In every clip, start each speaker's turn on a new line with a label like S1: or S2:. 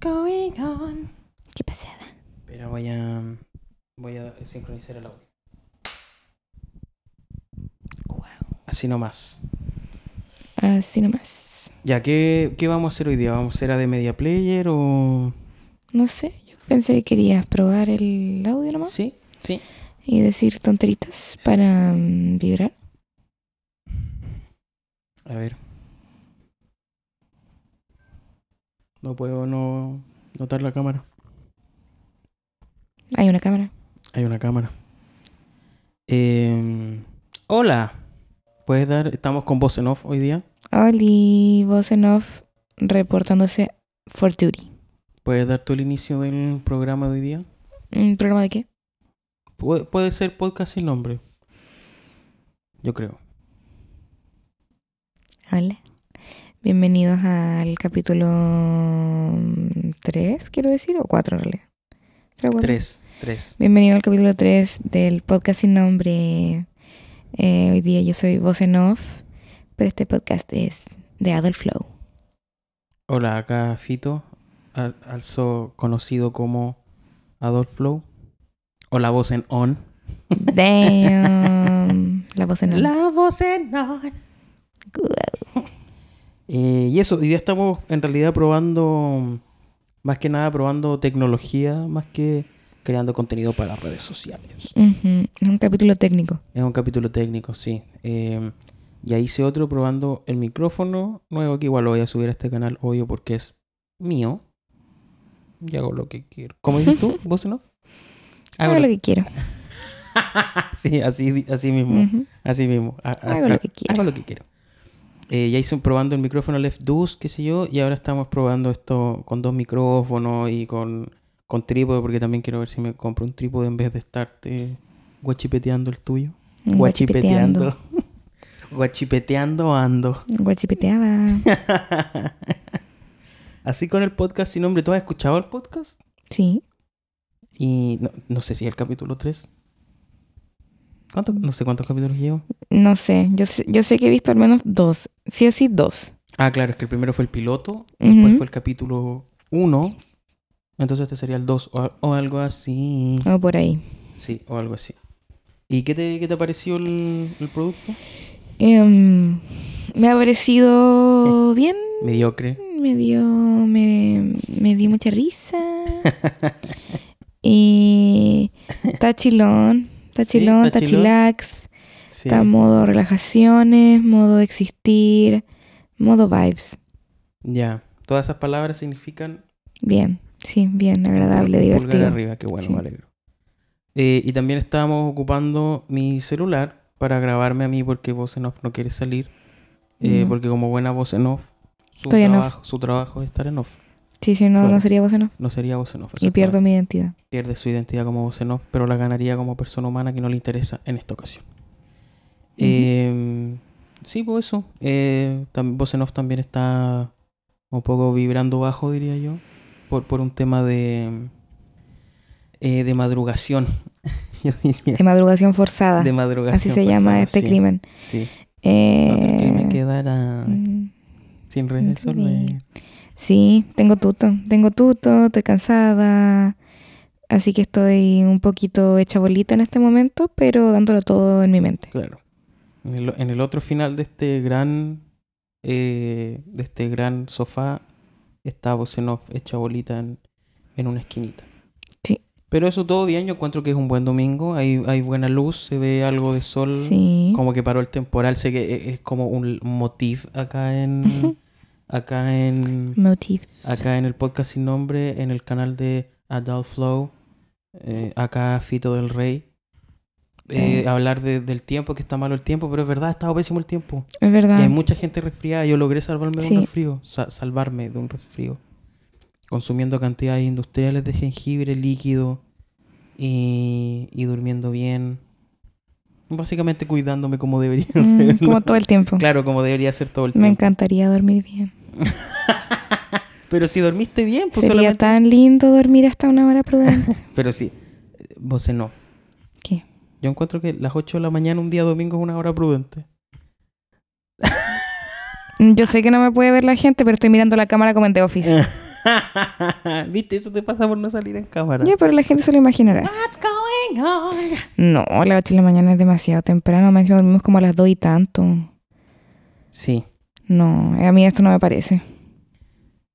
S1: going on?
S2: Qué pasada.
S1: Pero voy a. Voy a sincronizar el audio. Así nomás.
S2: Así nomás.
S1: Ya, ¿qué, ¿qué vamos a hacer hoy día? ¿Vamos a hacer a de media player o.?
S2: No sé, yo pensé que querías probar el audio nomás
S1: Sí, sí.
S2: y decir tonteritas para mm, vibrar.
S1: A ver. No puedo no notar la cámara.
S2: Hay una cámara.
S1: Hay una cámara. Em, hola. ¿Puedes dar? Estamos con voz en off hoy día.
S2: Oli, voz en off reportándose for duty.
S1: ¿Puedes dar tú el inicio del programa de hoy día?
S2: ¿Un Mm, programa de qué?
S1: Pu- puede ser podcast sin nombre. Yo creo.
S2: Hola. Bienvenidos al capítulo 3, quiero decir, o 4 en realidad. Tres, cuatro.
S1: Tres. Tres.
S2: Bienvenido al capítulo 3 del podcast sin nombre. Eh, hoy día yo soy voz en off, pero este podcast es de Adult Flow.
S1: Hola, acá Fito, al- also conocido como Adolf Flow. O la voz en on.
S2: Damn. La voz en off.
S1: La voz en on. Eh, y eso, hoy día estamos en realidad probando, más que nada probando tecnología, más que creando contenido para redes sociales.
S2: Ujú, Es un capítulo técnico.
S1: Es un capítulo técnico, sí. Eh, ya hice otro probando el micrófono nuevo, que igual lo voy a subir a este canal, obvio, porque es mío. Y hago lo que quiero. ¿Cómo dices tú? ¿Vos no?
S2: Hago lo que quiero.
S1: sí, así, así mismo.
S2: Ujú.
S1: Así mismo. Ha- ha-
S2: Mm. Hago lo
S1: ha-
S2: que quiero.
S1: Hago lo que quiero. Eh, ya hice un- probando el micrófono Left Deuce, qué sé yo, y ahora estamos probando esto con dos micrófonos y con, con trípode, porque también quiero ver si me compro un trípode en vez de estarte guachipeteando el tuyo.
S2: Guachipeteando.
S1: Guachipeteando. Guachipeteando ando.
S2: Guachipeteaba.
S1: Así con el podcast sin nombre. ¿Tú has escuchado el podcast?
S2: Sí.
S1: Y no, no sé si es el capítulo 3. ¿Cuánto? No sé cuántos capítulos llevo.
S2: No sé. Yo, sé. yo sé que he visto al menos dos. Sí o sí, dos.
S1: Ah, claro, es que el primero fue el piloto,
S2: Ujú.
S1: después fue el capítulo 1, entonces este sería el 2 o, o algo así.
S2: O por ahí.
S1: Sí, o algo así. ¿Y qué te, qué te pareció el, el producto?
S2: Em, me ha
S1: Eh.
S2: parecido bien.
S1: Mediocre.
S2: Me dio. Me, me dio mucha risa. Y. Está chilón. Está
S1: Sí,
S2: chilón,
S1: está
S2: está
S1: chilón.
S2: chilax.
S1: Sí.
S2: Está modo relajaciones, modo existir, modo vibes.
S1: Ya, todas esas palabras significan...
S2: Bien, sí, bien, agradable,
S1: pulgar
S2: divertido.
S1: arriba, qué bueno,
S2: Sí.
S1: me alegro. Eh, y también estábamos ocupando mi celular para grabarme a mí porque Voz en Off no quiere salir. eh,
S2: No.
S1: Porque como buena Voz en Off, su
S2: Estoy en off.
S1: trabajo, su trabajo es estar en off.
S2: Sí, sí, no,
S1: Claro.
S2: no sería vos no.
S1: No sería Voz en Off.
S2: Y
S1: exactamente.
S2: pierdo mi identidad.
S1: pierde su identidad como voz en off, pero la ganaría como persona humana que no le interesa en esta ocasión. Eh, sí, pues eso. Eh, tam- voz en off también está un poco vibrando bajo, diría yo, por, por un tema de, eh, de madrugación. yo diría.
S2: De madrugación forzada.
S1: De madrugación.
S2: Así se llama
S1: pasada,
S2: este
S1: sí, este
S2: crimen.
S1: Sí.
S2: Eh,
S1: Otro que me quedara
S2: mm,
S1: sin resolver.
S2: sí, tengo tuto. Tengo tuto, estoy cansada. Así que estoy un poquito hecha bolita en este momento, pero dándolo todo en mi mente.
S1: Claro. En el, en el otro final de este gran eh, de este gran sofá está Bosenov hecha bolita en, en una esquinita.
S2: Sí.
S1: Pero eso todo bien, yo encuentro que es un buen domingo, hay, hay buena luz, se ve algo de sol,
S2: Sí.
S1: como que paró el temporal, sé que e, es, es como un motif acá
S2: Ujú.
S1: en acá en
S2: Motifs.
S1: acá en el podcast sin nombre, en el canal de Adult Flow, eh, acá Fito del Rey. Eh,
S2: Sí.
S1: Hablar de- del tiempo, que está malo el tiempo, pero es verdad, ha estado pésimo el tiempo.
S2: Es verdad.
S1: Y hay mucha gente resfriada. Yo logré salvarme de
S2: Ah. Sí.
S1: un resfrío, sa- salvarme de un resfrío, consumiendo cantidades industriales de jengibre líquido y, y durmiendo bien. Básicamente cuidándome como debería
S2: Mm,
S1: ser. ¿no?
S2: como todo el tiempo.
S1: Claro, como debería ser todo el
S2: Me
S1: tiempo.
S2: encantaría dormir bien.
S1: Pero si dormiste bien, pues
S2: Sería
S1: solamente...
S2: tan lindo dormir hasta una hora prudente.
S1: Pero sí, eh, vos no.
S2: ¿Qué?
S1: Yo encuentro que las 8 de la mañana un día domingo es una hora prudente.
S2: Mm,
S1: Ah,
S2: Yo sé que no me puede ver la gente, pero estoy mirando la cámara como en The Office.
S1: Viste, eso te pasa por no salir en cámara.
S2: Ya, pero la gente se lo imaginará.
S1: What's going on?
S2: No, a las 8 de la mañana es demasiado temprano. Me dormimos como a las 2 y tanto.
S1: Sí,
S2: No, a mí esto no me parece.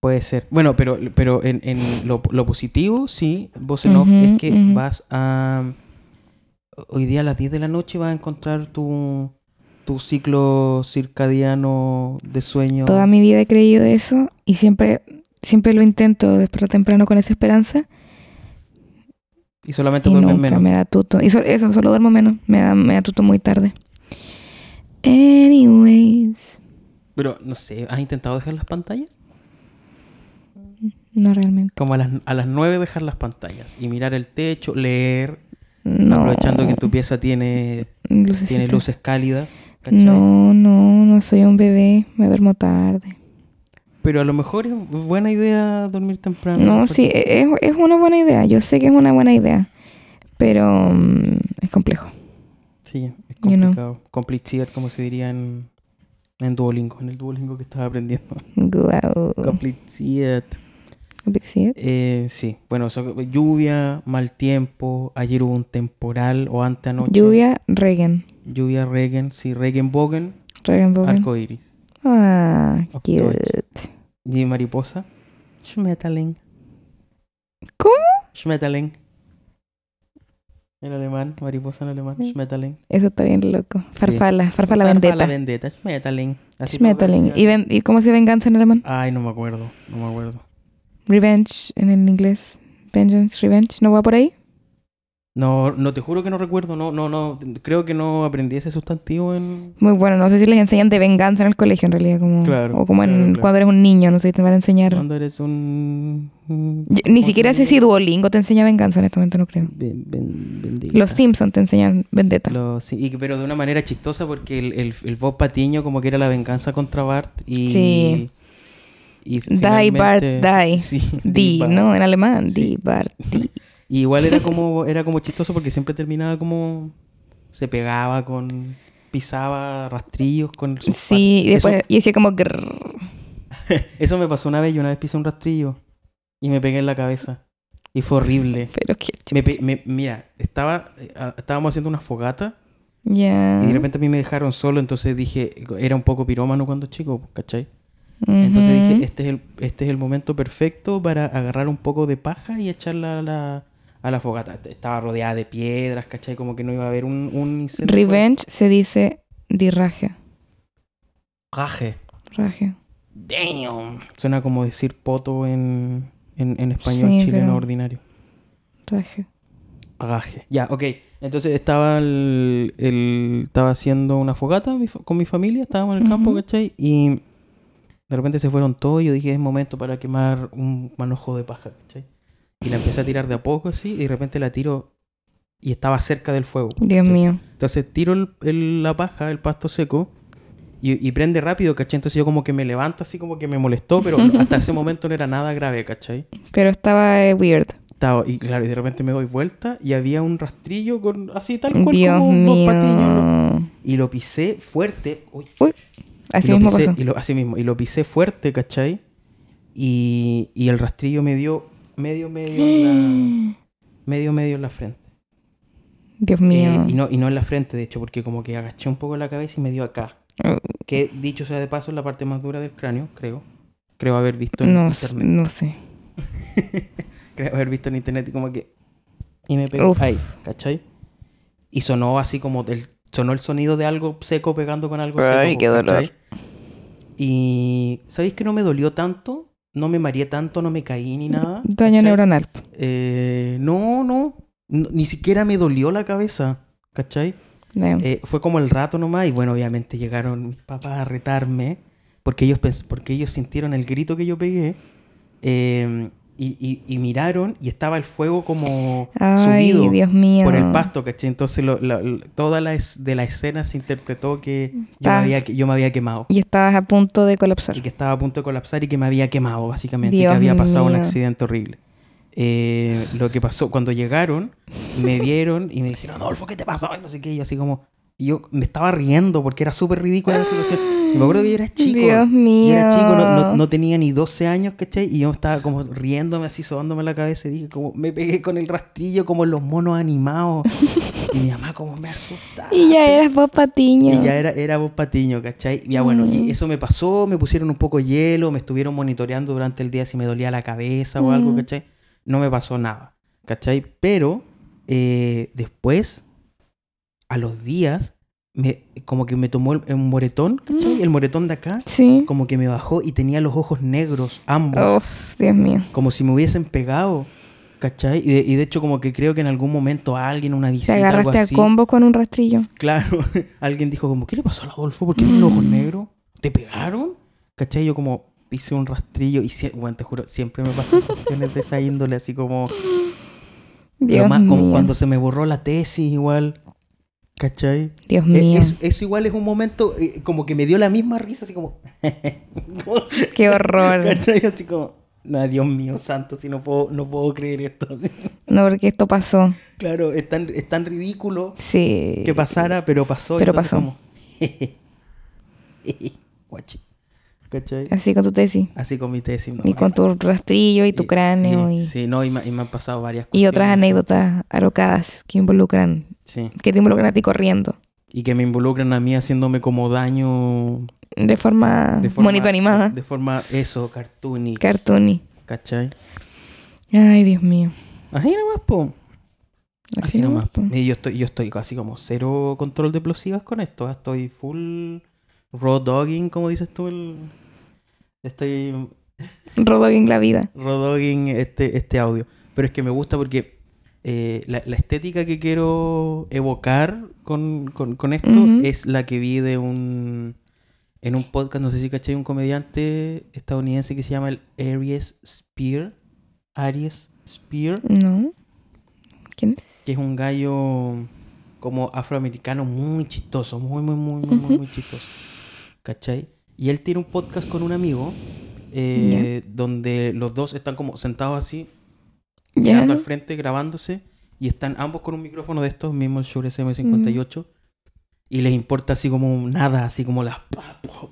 S1: puede ser. Bueno, pero, pero en, en lo, lo positivo, sí, voz en off,
S2: Ujú,
S1: es que
S2: ujú.
S1: vas a... Hoy día a las 10 de la noche vas a encontrar tu, tu ciclo circadiano de sueño.
S2: Toda mi vida he creído eso y siempre, siempre lo intento despertar temprano con esa esperanza
S1: Y solamente
S2: y
S1: duermes
S2: nunca
S1: menos.
S2: me da tuto. Y so- eso, solo duermo menos, me da, me da tuto muy tarde. Anyways,
S1: Pero, no sé, ¿has intentado dejar las pantallas?
S2: no realmente.
S1: Como a las, a las 9 dejar las pantallas y mirar el techo, leer,
S2: No.
S1: aprovechando que en tu pieza tiene, tiene
S2: Lucecita.
S1: luces cálidas. ¿cachai?
S2: No, no, no soy un bebé, me duermo tarde.
S1: Pero a lo mejor es buena idea dormir temprano.
S2: No,
S1: porque-
S2: sí, e- es, es una buena idea, yo sé que es una buena idea, pero mm, es complejo.
S1: Sí, es
S2: You know.
S1: complicado. Complicated, como se diría en, en Duolingo, en el Duolingo que estaba aprendiendo.
S2: Guau.
S1: Complicated.
S2: Complexidad.
S1: Eh, sí, bueno, eso- lluvia, mal tiempo, ayer hubo un temporal o antes anoche.
S2: Lluvia, Regen.
S1: Lluvia, Regen, sí, Regen, Bogen,
S2: Regenbogen.
S1: arco iris.
S2: Ah,
S1: Of
S2: cute.
S1: Y mariposa, Schmetterling.
S2: ¿Cómo?
S1: Schmetterling. En alemán, mariposa en alemán,
S2: Mm.
S1: Schmetterling.
S2: Eso está bien loco.
S1: Sí.
S2: Farfala, farfala
S1: La
S2: vendetta.
S1: vendetta, Schmetterling. Así como
S2: Schmetterling.
S1: decía-
S2: ¿Y, ven- ¿Y cómo se venganza en alemán?
S1: Ay, no me acuerdo, no me acuerdo.
S2: Revenge en el inglés. Vengeance, revenge. ¿No va por ahí?
S1: No, no te juro que no recuerdo, no, no, no, creo que no aprendí ese sustantivo en...
S2: Muy bueno, no sé si les enseñan de venganza en el colegio en realidad. Como,
S1: Claro,
S2: O como en,
S1: claro, claro.
S2: cuando eres un niño, no sé si te van a enseñar.
S1: Cuando eres un...
S2: Yo- ni siquiera sé si Duolingo te enseña venganza en este momento, no creo. Los Simpsons te enseñan vendetta.
S1: Los- sí, y- pero de una manera chistosa porque el, el, el Bob Patiño como que era la venganza contra Bart y...
S2: Sí.
S1: Y
S2: Die, Bart,
S1: finalmente-
S2: die.
S1: Sí,
S2: Di,
S1: Bart.
S2: ¿no? En alemán.
S1: Sí.
S2: Di, Bart, di.
S1: Y igual era como, era como chistoso porque siempre terminaba como... Se pegaba con... Pisaba rastrillos con... sus
S2: Sí, y
S1: patas. Eso-
S2: después. Y decía como. grrr.
S1: Eso me pasó una vez. Yo una vez pisé un rastrillo y me pegué en la cabeza. Y fue horrible.
S2: Pero qué chup-
S1: Me pe- me- mira, estaba, eh, ah, estábamos haciendo una fogata
S2: Ya.
S1: y de repente a mí me dejaron solo. Entonces dije, era un poco pirómano cuando chico, ¿cachai? Entonces dije,
S2: Ujú.
S1: este es, el, este es el momento perfecto para agarrar un poco de paja y echarla a la, a la fogata. Estaba rodeada de piedras, ¿cachai? Como que no iba a haber un, un incendio.
S2: Revenge se dice dirraje.
S1: Raje.
S2: Raje.
S1: Damn. Suena como decir poto en, en, en español
S2: Sí,
S1: chileno
S2: pero-
S1: ordinario.
S2: Raje.
S1: Agaje. Ya, ok. Entonces estaba el, el- estaba haciendo una fogata mi fa- con mi familia, estábamos en el campo,
S2: Ujú.
S1: ¿cachai? Y de repente se fueron todos y yo dije, es momento para quemar un manojo de paja, ¿cachai? Y la empecé a tirar de a poco así y de repente la tiro y estaba cerca del fuego.
S2: Dios
S1: ¿cachai?
S2: mío.
S1: Entonces tiro el- el- la paja, el pasto seco y, y prende rápido, ¿cachai? Entonces yo como que me levanto así como que me molestó, pero hasta ese momento no era nada grave, ¿cachai?
S2: Pero estaba eh, weird.
S1: Estaba- y claro, y de repente me doy vuelta y había un rastrillo con así tal cual
S2: Dios
S1: como un
S2: mío.
S1: Y lo pisé fuerte. Uy,
S2: Así
S1: y lo
S2: mismo
S1: pisé-
S2: pasó.
S1: Y lo, así mismo. Y lo pisé fuerte, ¿cachai? Y, y el rastrillo me dio medio, medio en la, medio, medio en la frente.
S2: Dios
S1: Eh,
S2: mío.
S1: y, no, y no en la frente, de hecho, porque como que agaché un poco la cabeza y me dio acá.
S2: Oh.
S1: Que dicho sea de paso, es la parte más dura del cráneo, creo. Creo haber visto en
S2: No, s-
S1: internet.
S2: no sé.
S1: creo haber visto en internet y como que y me pegó
S2: Uf.
S1: ahí, ¿cachai? Y sonó así como del sonó el sonido de algo seco pegando con algo seco,
S2: Ay, qué
S1: ¿cachai?
S2: dolor.
S1: Y ¿sabéis que no me dolió tanto? No me mareé tanto, no me caí ni nada.
S2: Daño
S1: Ah, ¿cachai?
S2: neuronal.
S1: Eh, no, no, N- ni siquiera me dolió la cabeza, ¿cachai?
S2: Damn.
S1: Eh, fue como el rato nomás y bueno, obviamente llegaron mis papás a retarme porque ellos, pens- porque ellos sintieron el grito que yo pegué eh, y, y- y miraron y estaba el fuego como
S2: Ay,
S1: subido
S2: Dios mío.
S1: por el pasto, ¿cachai? Entonces lo- la- la- toda la es- de la escena se interpretó que yo me
S2: Ta-
S1: había, que- yo me había quemado
S2: Y estabas a punto de colapsar.
S1: y que estaba a punto de colapsar y que me había quemado básicamente y
S2: Dios
S1: que había pasado un
S2: mío.
S1: accidente horrible. Eh, lo que pasó, cuando llegaron, me vieron y me dijeron, Adolfo, ¿qué te pasó? Y no sé qué, y yo así como, Y yo me estaba riendo porque era súper ridícula la situación. Y me acuerdo que yo era chico.
S2: Dios mío.
S1: Yo era chico, no, no- no tenía ni 12 años, ¿cachai? Y yo estaba como riéndome así, sobándome la cabeza. Y dije, como, me pegué con el rastrillo como los monos animados. y mi mamá, como me asustaba.
S2: Y ya eras vos patiño.
S1: Y ya era, era vos patiño, ¿cachai? Ya bueno,
S2: Mm.
S1: y eso me pasó, me pusieron un poco hielo, me estuvieron monitoreando durante el día si me dolía la cabeza o algo,
S2: Mm.
S1: ¿cachai? No me pasó nada, ¿cachai? Pero eh, después, a los días, me, como que me tomó el, un moretón,
S2: Mm.
S1: ¿cachai? El moretón de acá,
S2: Sí.
S1: como que me bajó y tenía los ojos negros, ambos
S2: Uf, Dios mío.
S1: como si me hubiesen pegado, ¿cachai? Y de, y de hecho como que creo que en algún momento alguien, una
S2: Te
S1: visita, algo
S2: agarraste a
S1: así,
S2: combo con un rastrillo.
S1: claro, alguien dijo como, ¿qué le pasó al Adolfo? ¿Por qué tiene los ojos
S2: Mm.
S1: negros? ¿Te pegaron? ¿Cachai? Yo como hice un rastrillo y, sie- bueno, te juro, siempre me pasan cuestiones de esa índole, así como,
S2: Dios
S1: lo más- como
S2: mío.
S1: cuando se me borró la tesis igual, ¿cachai?
S2: Dios
S1: E-
S2: mío.
S1: es- eso igual es un momento eh, como que me dio la misma risa, así como, como-
S2: Qué horror.
S1: ¿Cachai? Así como, "Nah, Dios mío, santo, si no puedo, no puedo creer esto. así.
S2: No, porque esto pasó.
S1: Claro, es tan, es tan ridículo
S2: Sí.
S1: que pasara, pero pasó.
S2: eh, Pero
S1: entonces
S2: pasó.
S1: como, jeje, jeje, guachi. ¿Cachai?
S2: Así con tu tesis.
S1: Así con mi tesis. no,
S2: Y con tu rastrillo y tu
S1: eh,
S2: cráneo
S1: sí,
S2: y,
S1: Sí, no, y me, y me han pasado varias
S2: y otras
S1: cuestiones,
S2: anécdotas alocadas que involucran,
S1: Sí.
S2: que te involucran a ti corriendo.
S1: Y que me involucran a mí haciéndome como daño...
S2: De forma,
S1: De forma
S2: Ah, monito animada.
S1: De, de forma, eso, cartoony.
S2: Cartoony.
S1: ¿Cachai?
S2: Ay, Dios mío.
S1: Así nomás, po. Así nomás.
S2: po.
S1: Y yo estoy, yo estoy casi como cero control de explosivas con esto. ¿eh? Estoy full raw dogging, como dices tú. el- Estoy pues.
S2: Robo pues. en la vida.
S1: raw dogging este, este audio. Pero es que me gusta porque eh, la, la estética que quiero evocar con, con- con esto
S2: Ujú.
S1: es la que vi de un... En un podcast, no sé si caché, un comediante estadounidense que se llama el Aries Spear. Aries Spear
S2: ¿No? ¿Quién es?
S1: que es un gallo como afroamericano muy chistoso, muy, muy, muy, muy, muy,
S2: Ujú.
S1: muy chistoso. ¿Cachai? Y él tiene un podcast con un amigo eh, donde los dos están como sentados así,
S2: ¿Ya?
S1: mirando al frente, grabándose, y están ambos con un micrófono de estos, mismo el Shure SM58, y les importa así como nada, así como las... pa, po, po.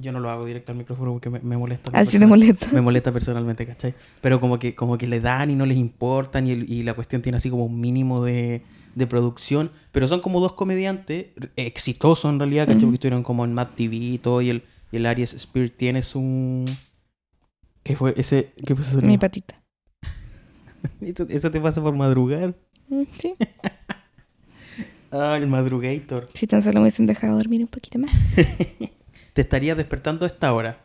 S1: Yo no lo hago directo al micrófono porque me, me molesta. la
S2: Así Ah, te
S1: persona-
S2: molesta.
S1: pues, me molesta personalmente, ¿cachai? Pero como que, como que le dan y no les importan y, el- y la cuestión tiene así como un mínimo de, de producción. Pero son como dos comediantes r- exitosos en realidad, ¿cachai?
S2: Ujú.
S1: Porque estuvieron como en Mad TV y todo y el, y el Aries Spirit tiene su... ¿Qué fue ese? ¿Qué fue ese sonido?
S2: Mi patita.
S1: eso, eso te pasa por madrugar.
S2: Mm, Sí.
S1: Ah, el madrugator.
S2: Si tan solo me hubiesen dejado dormir un poquito más.
S1: Te estarías despertando a esta hora.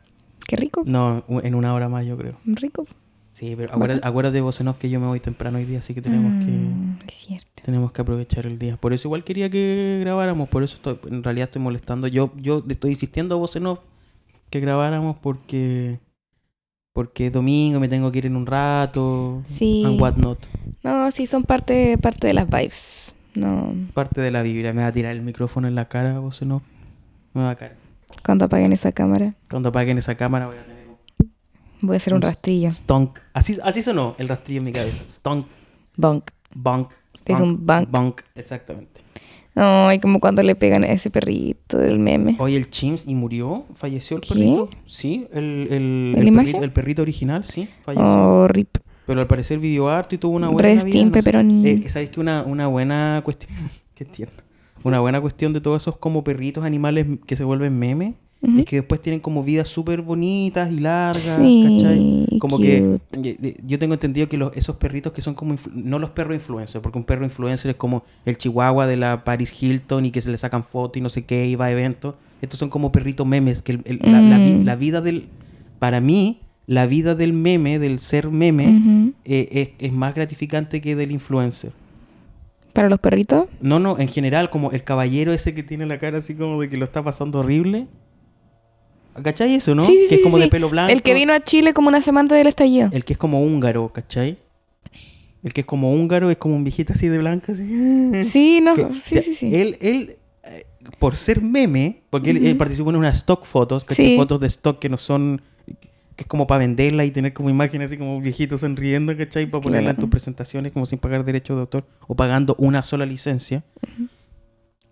S2: Qué rico.
S1: No, u- en una hora más yo creo.
S2: Rico.
S1: Sí, pero acuérdate, acuérdate vos, Enoch, que yo me voy temprano hoy día, así que tenemos que...
S2: Mm, Es cierto.
S1: Tenemos que aprovechar el día. Por eso igual quería que grabáramos. Por eso estoy, en realidad estoy molestando. Yo, yo le estoy insistiendo a vos en off que grabáramos porque porque es domingo, me tengo que ir en un rato.
S2: Sí.
S1: And what not.
S2: No, sí, son parte, parte de las vibes. No,
S1: Parte de la Biblia. Me va a tirar el micrófono en la cara, vos en off. Me va a caer.
S2: cuando apaguen esa cámara,
S1: Cuando apaguen esa cámara voy a tener un
S2: voy a hacer un
S1: Un s-
S2: rastrillo.
S1: stonk. Así, así sonó el rastrillo en mi cabeza. Stonk,
S2: Bonk.
S1: bonk,
S2: Es
S1: stonk,
S2: un bonk.
S1: Exactamente.
S2: Ay, como cuando le pegan a ese perrito del meme.
S1: Oye, el Chimps y murió, falleció el
S2: ¿Qué?
S1: perrito. Sí, el, el,
S2: ¿La
S1: el
S2: imagen?
S1: perrito, el perrito original, sí, falleció.
S2: Oh, rip.
S1: Pero al parecer vivió harto y tuvo una buena
S2: Rest
S1: vida.
S2: in
S1: no sé.
S2: pepperoni.
S1: Eh, ¿Sabes que una, una buena cuestión? Qué tierno. Una buena cuestión de todos esos como perritos animales que se vuelven memes
S2: Ujú.
S1: es que después tienen como vidas súper bonitas y largas,
S2: Sí,
S1: ¿cachai? Como
S2: cute.
S1: que eh, eh, yo tengo entendido que los, esos perritos que son como, influ- no los perros influencers, porque un perro influencer es como el chihuahua de la Paris Hilton y que se le sacan fotos y no sé qué, y va a eventos. Estos son como perritos memes, que el- el- la, la vi-
S2: Mm.
S1: la vida del, para mí, la vida del meme, del ser meme,
S2: Ujú.
S1: eh, es, es más gratificante que del influencer.
S2: Para los perritos,
S1: No, no, en general, como el caballero ese que tiene la cara así como de que lo está pasando horrible. ¿Cachai eso, no?
S2: Sí, sí,
S1: que es
S2: sí,
S1: como
S2: sí,
S1: de
S2: sí.
S1: pelo blanco.
S2: el que vino a Chile como una semana antes del estallido.
S1: El que es como húngaro, ¿cachai? El que es como húngaro es como un viejito así de blanca. Así.
S2: Sí, no,
S1: Que, o
S2: sí,
S1: sea,
S2: sí, sí.
S1: Él, él eh, por ser meme, porque él, él participó en unas stock fotos, ¿cachai?
S2: Sí.
S1: Fotos de stock que no son. que es como para venderla y tener como imágenes así como viejitos sonriendo, ¿cachai? Para ponerla en
S2: Claro.
S1: tus presentaciones como sin pagar derechos de autor o pagando una sola licencia.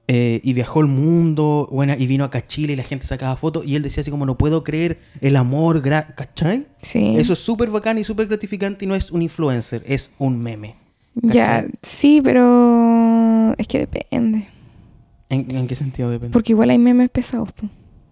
S1: eh, y viajó el mundo, bueno, y vino acá a Chile y la gente sacaba fotos y él decía así como, no puedo creer el amor, gra-", ¿cachai?
S2: Sí.
S1: Eso es súper bacán y súper gratificante y no es un influencer, es un meme.
S2: Ya, sí, pero es que depende.
S1: ¿En, en qué sentido depende?
S2: Porque igual hay memes pesados. po.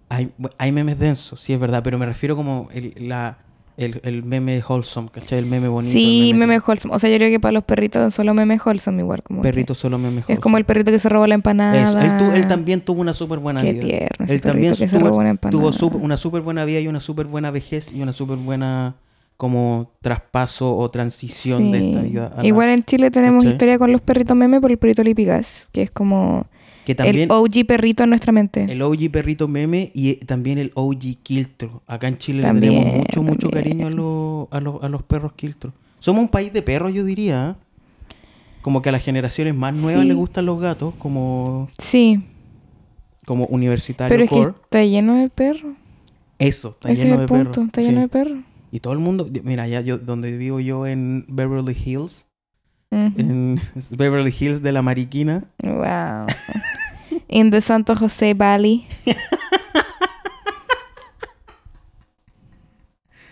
S1: Hay, bu- hay memes densos, sí es verdad, pero me refiero como el, la, el, el meme wholesome, ¿cachai? El meme bonito.
S2: Sí,
S1: el
S2: meme wholesome. O sea, yo creo que para los perritos solo meme wholesome igual. Como que
S1: Perrito solo meme wholesome.
S2: Es como el perrito que se robó la empanada.
S1: Eso. Él, tu- él también tuvo una súper buena
S2: Qué
S1: vida.
S2: tierno ese
S1: él también
S2: perrito que se
S1: tuvo-
S2: robó una empanada.
S1: tuvo sup- una súper buena vida y una súper buena vejez y una súper buena como traspaso o transición de
S2: Sí.
S1: esta vida. a la-
S2: Igual en Chile tenemos
S1: ¿Cachai?
S2: historia con los perritos meme por el perrito Lipigas, que es como
S1: que
S2: el
S1: también
S2: OG perrito en nuestra mente.
S1: el OG perrito meme y eh, también el OG quiltro. Acá en Chile le
S2: También,
S1: tenemos mucho, mucho
S2: también.
S1: cariño a, los- a, los- a los perros quiltro. Somos un país de perros, yo diría. ¿eh? Como que a las generaciones más nuevas
S2: Sí.
S1: les gustan los gatos, como,
S2: Sí,
S1: como universitario
S2: pero es que
S1: core.
S2: está lleno de perros.
S1: Eso, está
S2: Ese
S1: lleno
S2: es el
S1: de
S2: punto,
S1: perros.
S2: está lleno
S1: sí.
S2: de perros.
S1: Y todo el mundo, di- mira, ya yo donde vivo yo en Beverly Hills,
S2: Ujú.
S1: en Beverly Hills de la Mariquina.
S2: Wow. In the Santo José Valley.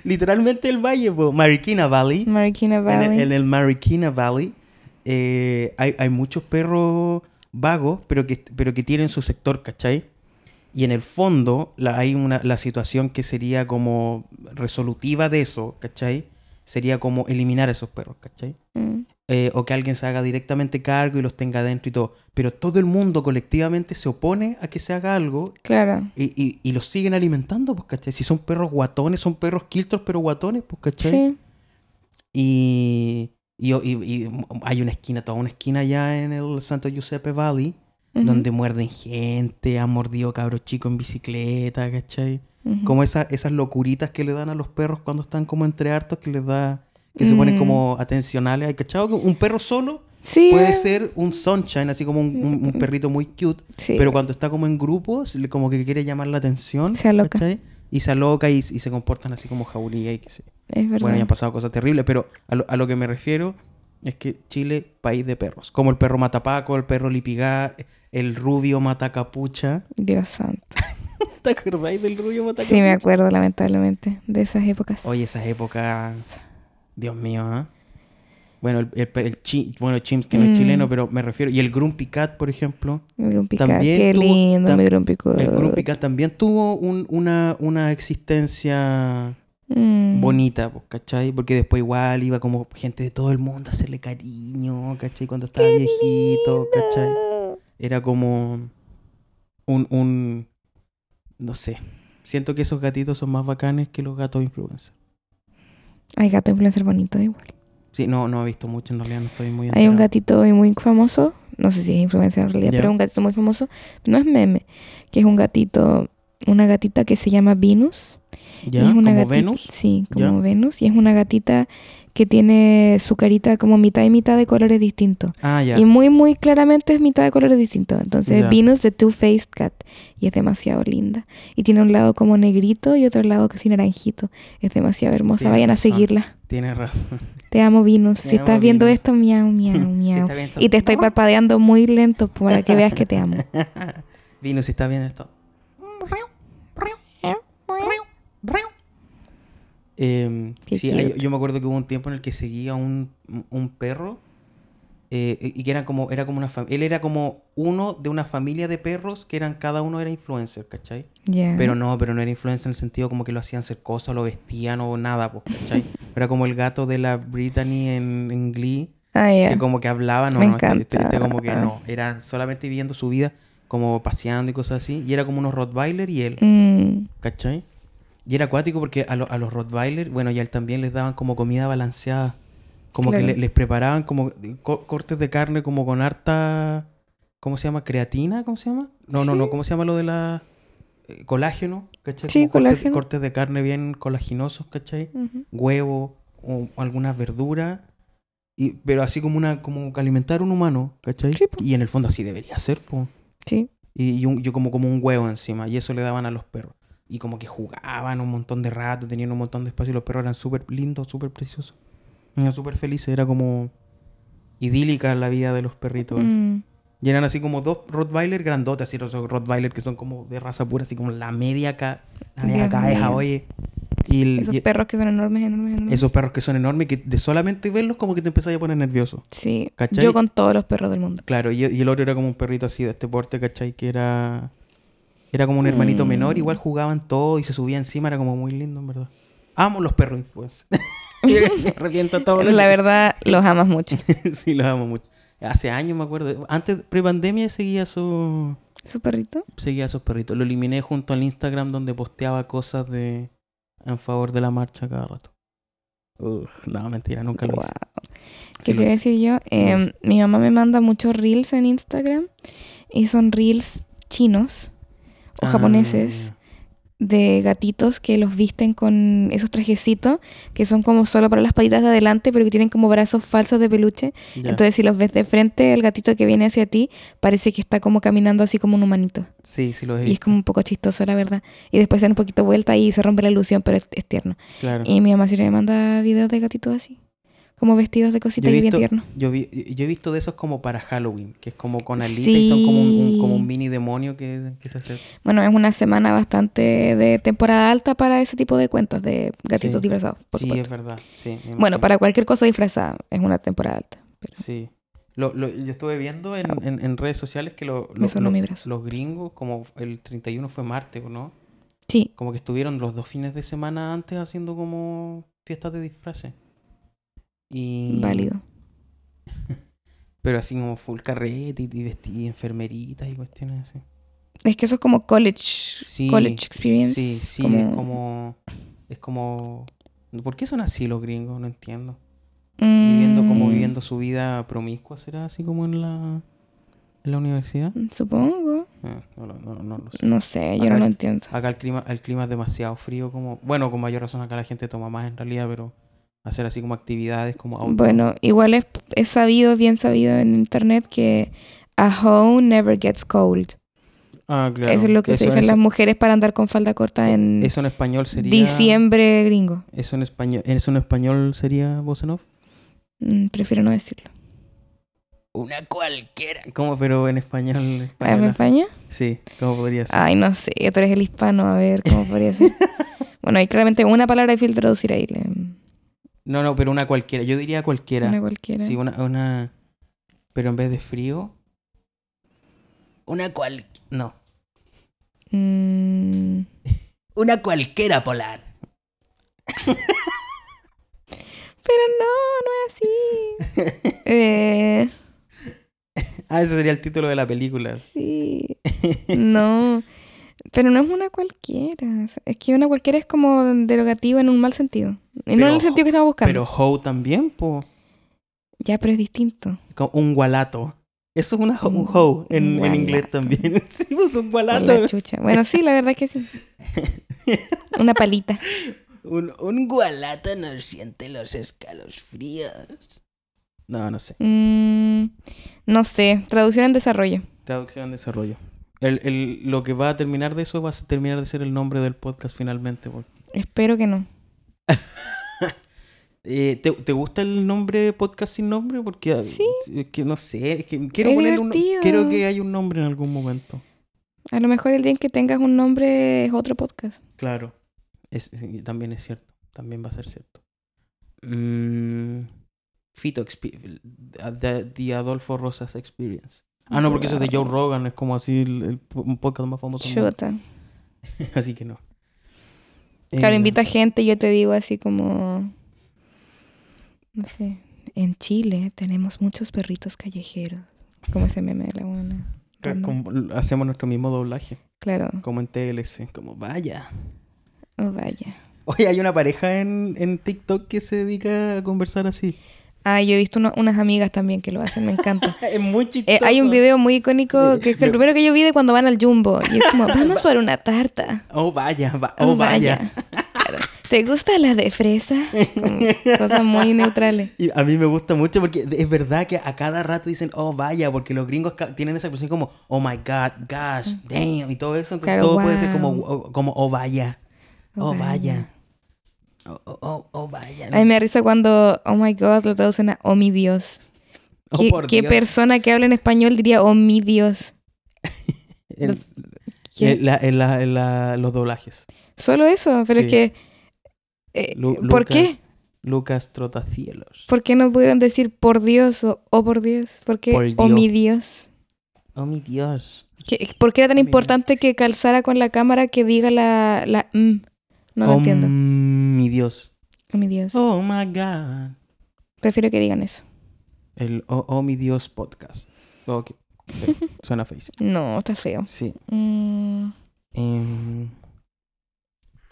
S1: Literalmente el valle, po, Mariquina Valley.
S2: Marikina
S1: En, el,
S2: Valley.
S1: en el Mariquina Valley eh, hay, hay muchos perros vagos, pero que, pero que tienen su sector, ¿cachai? Y en el fondo la, hay una, la situación que sería como resolutiva de eso, ¿cachai? Sería como eliminar a esos perros, ¿cachai?
S2: Mm.
S1: eh, o que alguien se haga directamente cargo y los tenga adentro y todo. Pero todo el mundo colectivamente se opone a que se haga algo
S2: Claro.
S1: y, y- y los siguen alimentando, pues, ¿cachai? Si son perros guatones, son perros quiltros, pero guatones, pues, ¿cachai?
S2: Sí.
S1: Y, y- y- y hay una esquina, toda una esquina allá en el Santo Giuseppe Valley,
S2: Ujú.
S1: donde muerden gente, han mordido cabros chicos en bicicleta, ¿cachai?
S2: Ujú.
S1: Como esa- esas locuritas que le dan a los perros cuando están como entre hartos, que les da... Que se ponen
S2: Mm.
S1: como atencionales. ¿Hay cachado? que Un perro solo
S2: Sí.
S1: puede
S2: eh.
S1: ser un sunshine, así como un, un- un perrito muy cute,
S2: Sí.
S1: pero cuando está como en grupos, le- como que quiere llamar la atención.
S2: Se aloca.
S1: ¿cachai? Y se aloca y, y se comportan así como jauría y que sé.
S2: Es verdad.
S1: Bueno, ya han pasado cosas terribles, pero a lo, a lo que me refiero es que Chile, país de perros. Como el perro matapaco, el perro lipigá, el rubio matacapucha.
S2: Dios santo.
S1: ¿Te acordáis del rubio matacapucha?
S2: Sí, me acuerdo, lamentablemente, de esas épocas.
S1: Oye, esas épocas. Dios mío, ¿ah? Bueno, el, el, el chi- bueno, Chimps, que no
S2: Mm.
S1: es chileno, pero me refiero. Y el Grumpy Cat, por ejemplo.
S2: Mi Grumpy Cat,
S1: También
S2: Qué
S1: tuvo-
S2: lindo,
S1: tam-
S2: mi Grumpy Cat.
S1: El Grumpy Cat también tuvo un- una, una existencia
S2: Mm.
S1: bonita, po, ¿cachai? Porque después igual iba como gente de todo el mundo a hacerle cariño, ¿cachai? Cuando estaba viejito, ¿cachai? Era como un, un... No sé. Siento que esos gatitos son más bacanes que los gatos influencers.
S2: Hay gato influencer bonito igual.
S1: Sí, no, no he visto mucho, en realidad no estoy muy
S2: Hay un
S1: enterado.
S2: gatito hoy muy famoso, no sé si es influencer en realidad,
S1: Ya.
S2: pero un gatito muy famoso, no es meme, que es un gatito, una gatita que se llama Venus. y
S1: ¿Ya?
S2: es una
S1: ¿Como
S2: gati-
S1: Venus?
S2: Sí,
S1: Ya.
S2: como Venus. Y es una gatita que tiene su carita como mitad y mitad de colores distintos.
S1: Ah, ya.
S2: Y muy, muy claramente es mitad de colores distintos. Entonces,
S1: Ya.
S2: Venus the Two-Faced Cat. Y es demasiado linda. Y tiene un lado como negrito y otro lado casi naranjito. Es demasiado hermosa.
S1: Tienes
S2: Vayan a
S1: razón.
S2: seguirla.
S1: Tienes razón.
S2: Te amo, Venus.
S1: Te
S2: si
S1: amo,
S2: estás viendo
S1: Venus.
S2: esto, miau, miau,
S1: Sí,
S2: miau.
S1: está bien, está
S2: y te estoy
S1: bien.
S2: parpadeando muy lento para que veas que te amo.
S1: Venus, está bien esto. Eh,
S2: Qué
S1: sí, hay-
S2: cute.
S1: yo me acuerdo que hubo un tiempo en el que seguía un, un perro eh, y que era como, era como una familia. Él era como uno de una familia de perros que eran, cada uno era influencer, ¿cachai?
S2: Ya.
S1: Pero no, pero no era influencer en el sentido como que lo hacían hacer cosas, lo vestían o nada, pues, ¿cachai? Era como el gato de la Brittany en, en Glee,
S2: Ah, ya.
S1: que como que hablaba, no,
S2: Me
S1: no, este, este- este
S2: encanta.
S1: como que no, era solamente viviendo su vida, como paseando y cosas así, y era como unos Rottweiler y él.
S2: Mm,
S1: ¿Cachai? Y era acuático porque a, lo- a los Rottweiler, bueno, y a él también les daban como comida balanceada. Como
S2: Claro.
S1: que le- les preparaban como co- cortes de carne como con harta... ¿Cómo se llama? ¿Creatina? ¿Cómo se llama? No, no, no. ¿Cómo se llama lo de la... eh, colágeno? ¿Cachai?
S2: Sí,
S1: Como cortes-
S2: colágeno.
S1: Cortes, de carne bien colaginosos, ¿cachai?
S2: ujú.
S1: Huevo o algunas verduras. Y, pero así como una... Como que alimentar a un humano, ¿cachai?
S2: Sí, po.
S1: y en el fondo así debería ser, pues
S2: Sí.
S1: y, y un- yo como, como un huevo encima, y eso le daban a los perros. Y como que jugaban un montón de rato, tenían un montón de espacio, y los perros eran súper lindos, súper preciosos. Eran súper felices, era como idílica la vida de los perritos.
S2: Mm.
S1: Y eran así como dos Rottweiler grandotes, así los Rottweiler que son como de raza pura, así como la media acá, la media
S2: Dios
S1: caja,
S2: mío.
S1: oye. E. Y, el-
S2: Esos
S1: y-
S2: perros que son enormes, enormes, enormes.
S1: esos perros que son enormes, que de solamente verlos como que te empezás a poner nervioso.
S2: Sí.
S1: ¿Cachai?
S2: Yo con todos los perros del mundo.
S1: Claro, y, y el otro era como un perrito así de este porte, ¿cachai? Que era. Era como un
S2: Mm.
S1: hermanito menor, igual jugaban todo y se subía encima, era como muy lindo, en verdad. Amo los perros influencers. Revienta todo.
S2: La verdad, los amas mucho.
S1: sí, los amo mucho. Hace años me acuerdo. Antes, pre-pandemia, seguía su.
S2: ¿Su perrito?
S1: Seguía a esos perritos. Lo eliminé junto al Instagram donde posteaba cosas de en favor de la marcha cada rato. Uf, no, mentira, nunca lo
S2: Guau.
S1: hice. Sí
S2: ¿Qué
S1: lo
S2: te iba a
S1: hice.
S2: decir yo?
S1: Sí lo
S2: Em,
S1: hice.
S2: mi mamá me manda muchos reels en Instagram y son reels chinos o
S1: Ah,
S2: japoneses de gatitos que los visten con esos trajecitos que son como solo para las patitas de adelante pero que tienen como brazos falsos de peluche.
S1: ya.
S2: Entonces si los ves de frente, el gatito que viene hacia ti parece que está como caminando así como un humanito.
S1: sí, sí lo he
S2: Y es
S1: visto,
S2: como un poco chistoso, la verdad. Y después se dan un poquito vuelta y se rompe la ilusión, pero es, es tierno.
S1: claro.
S2: Y mi mamá siempre me manda videos de gatitos así, como vestidos de
S1: Yo
S2: cositas
S1: he,
S2: y bien
S1: visto,
S2: tierno.
S1: yo, vi- yo he visto de esos como para Halloween, que es como con alita y son como un, un- como un
S2: Sí.
S1: mini demonio que, que se acerca.
S2: Bueno, es una semana bastante de temporada alta para ese tipo de cuentas de gatitos
S1: Sí.
S2: disfrazados, por
S1: sí,
S2: supuesto.
S1: es verdad. Sí, me
S2: Bueno,
S1: imagino.
S2: para cualquier cosa disfrazada es una temporada alta. pero-
S1: Sí. Lo, lo- yo estuve viendo en,
S2: Au.
S1: en- en redes sociales que lo-
S2: Ah. Me
S1: lo-
S2: sonó
S1: lo-
S2: mi brazo.
S1: los gringos, como el 31 fue martes, ¿no?
S2: Sí,
S1: Como que estuvieron los dos fines de semana antes haciendo como fiestas de disfraces. Y...
S2: válido.
S1: Pero así como full carrete y, y vesti- y enfermeritas y cuestiones así.
S2: Es que eso es como college,
S1: Sí,
S2: college experience.
S1: Sí, sí,
S2: como-
S1: es como... Es como... ¿Por qué son así los gringos? No entiendo. Viviendo como
S2: Mm,
S1: viviendo su vida promiscua, ¿será así como en la, en la universidad?
S2: Supongo.
S1: Ah, no, lo- no, no lo sé.
S2: No sé, yo
S1: Acá-
S2: no lo entiendo.
S1: Acá el clima, el clima es demasiado frío, como... Bueno, con mayor razón acá la gente toma más en realidad, pero hacer así como actividades como outdoor.
S2: Bueno, igual es, es sabido, bien sabido en internet que a home never gets cold.
S1: Ah, claro.
S2: eso es lo que se dicen
S1: eso, E
S2: las mujeres para andar con falda corta en
S1: eso en español sería...
S2: diciembre gringo.
S1: Eso en español, eso en español sería voz en off.
S2: Mm, prefiero no decirlo.
S1: Una cualquiera. ¿Cómo? Pero en español.
S2: ¿Ah, ¿En
S1: española.
S2: España?
S1: Sí, ¿cómo podría ser?
S2: Ay, no sé, tú eres el hispano, a ver cómo podría ser. bueno, hay claramente una palabra difícil de traducir ahí. le-
S1: No, no, pero una cualquiera. Yo diría cualquiera.
S2: Una cualquiera.
S1: Sí, una, una. Pero en vez de frío. Una cual. No.
S2: Mm,
S1: Una cualquiera polar.
S2: pero no, no es así. eh,
S1: Ah, ese sería el título de la película.
S2: sí. No. Pero no es una cualquiera. o sea, Es que una cualquiera es como derogativo en un mal sentido. Y no en
S1: Pero-
S2: el sentido que estamos
S1: Pero
S2: buscando.
S1: Ho también, po.
S2: Ya, pero es distinto.
S1: Como Un gualato. Eso es una ho- un
S2: Un
S1: Ho en, en
S2: gualato.
S1: inglés también. Sí, pues un
S2: Por
S1: gualato.
S2: la chucha. Bueno, sí, la verdad es que sí. Una palita.
S1: Un, un gualato no siente los escalos fríos. No, no sé.
S2: Mm, no sé, traducción en desarrollo.
S1: Traducción, desarrollo. El, el- lo que va a terminar de eso va a ser- terminar de ser el nombre del podcast finalmente. porque-
S2: Espero que no.
S1: Eh, ¿te, te gusta el nombre podcast sin nombre? Porque ah,
S2: Sí.
S1: es que no sé, es que quiero
S2: Es
S1: ponerle un
S2: divertido.
S1: quiero que haya un nombre en algún momento.
S2: A lo mejor el día en que tengas un nombre es otro podcast.
S1: Claro. Es, es- y también es cierto, también va a ser cierto. Mm, Fito Expe- the, the Adolfo Rosas Experience. Ah, no, porque eso es de Joe Rogan, es como así el, el po- un podcast más famoso. del mundo.
S2: Chuta.
S1: Así que no.
S2: Claro,
S1: Eh,
S2: invita gente, yo te digo así como. No sé. En Chile tenemos muchos perritos callejeros. Como ese meme de la buena.
S1: ca- como- hacemos nuestro mismo doblaje,
S2: Claro.
S1: como en TLC, como vaya.
S2: Oh, vaya.
S1: Oye, hay una pareja en, en TikTok que se dedica a conversar así.
S2: Ah, yo he visto uno- unas amigas también que lo hacen, me encanta.
S1: Es muy
S2: Eh,
S1: chistoso.
S2: hay un video muy icónico que es
S1: Veo-
S2: el primero que yo vi de cuando van al jumbo. Y es como, vamos por una tarta.
S1: Oh, vaya, va- oh, vaya.
S2: Claro. ¿Te gusta la de fresa? Como Cosas muy neutrales.
S1: Y a mí me gusta mucho porque es verdad que a cada rato dicen, oh, vaya, porque los gringos ca- tienen esa expresión como, oh my god, gosh, damn, y todo eso. Entonces
S2: Mm. Claro,
S1: todo puede ser como,
S2: wow.
S1: oh, como, oh, vaya,
S2: Oh,
S1: oh, vaya. Oh, oh, oh, oh, vaya.
S2: A mí me da risa cuando, oh my god, lo traducen a oh mi Dios.
S1: Oh,
S2: ¿Qué,
S1: por
S2: qué
S1: Dios.
S2: persona que habla en español diría, oh mi Dios?
S1: En-
S2: ¿Qué?
S1: en la- en la- en la- los doblajes.
S2: Solo eso, pero es
S1: Sí.
S2: que... eh,
S1: Lu-
S2: ¿Por
S1: Lucas-
S2: qué?
S1: Lucas Trotacielos.
S2: ¿Por qué no pudieron decir por Dios o oh por Dios? ¿Por qué
S1: Por
S2: oh
S1: Dios.
S2: mi Dios?
S1: Oh, mi Dios.
S2: ¿Qué- ¿Por qué era tan
S1: Mira.
S2: importante que calzara con la cámara que diga la... la mm? No lo
S1: oh,
S2: entiendo.
S1: mi Dios.
S2: Oh mi Dios.
S1: Oh, my God.
S2: Prefiero que digan eso.
S1: El Oh, oh, mi Dios podcast. Ok. Sí, Suena feísimo.
S2: No, está feo.
S1: Sí.
S2: Mm,
S1: Em,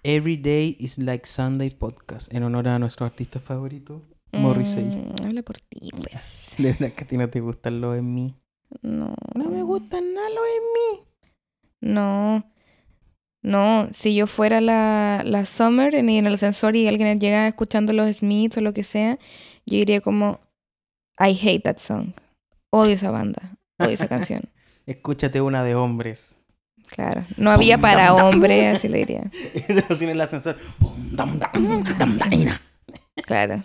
S1: Every Day is Like Sunday podcast. En honor a nuestro artista favorito. Morrissey.
S2: mm, habla por ti, pues.
S1: De verdad que a ti no te gustan los en mí.
S2: No.
S1: No me gustan nada los en mí.
S2: No. No, si yo fuera la, la Summer en, en el ascensor y alguien llega escuchando los Smiths o lo que sea, yo diría como, I hate that song. Odio esa banda. Odio esa canción.
S1: Escúchate una de hombres.
S2: Claro. No había para hombre, así le diría.
S1: Así en el ascensor. Pum, dam, dam, dam, daina.
S2: Claro.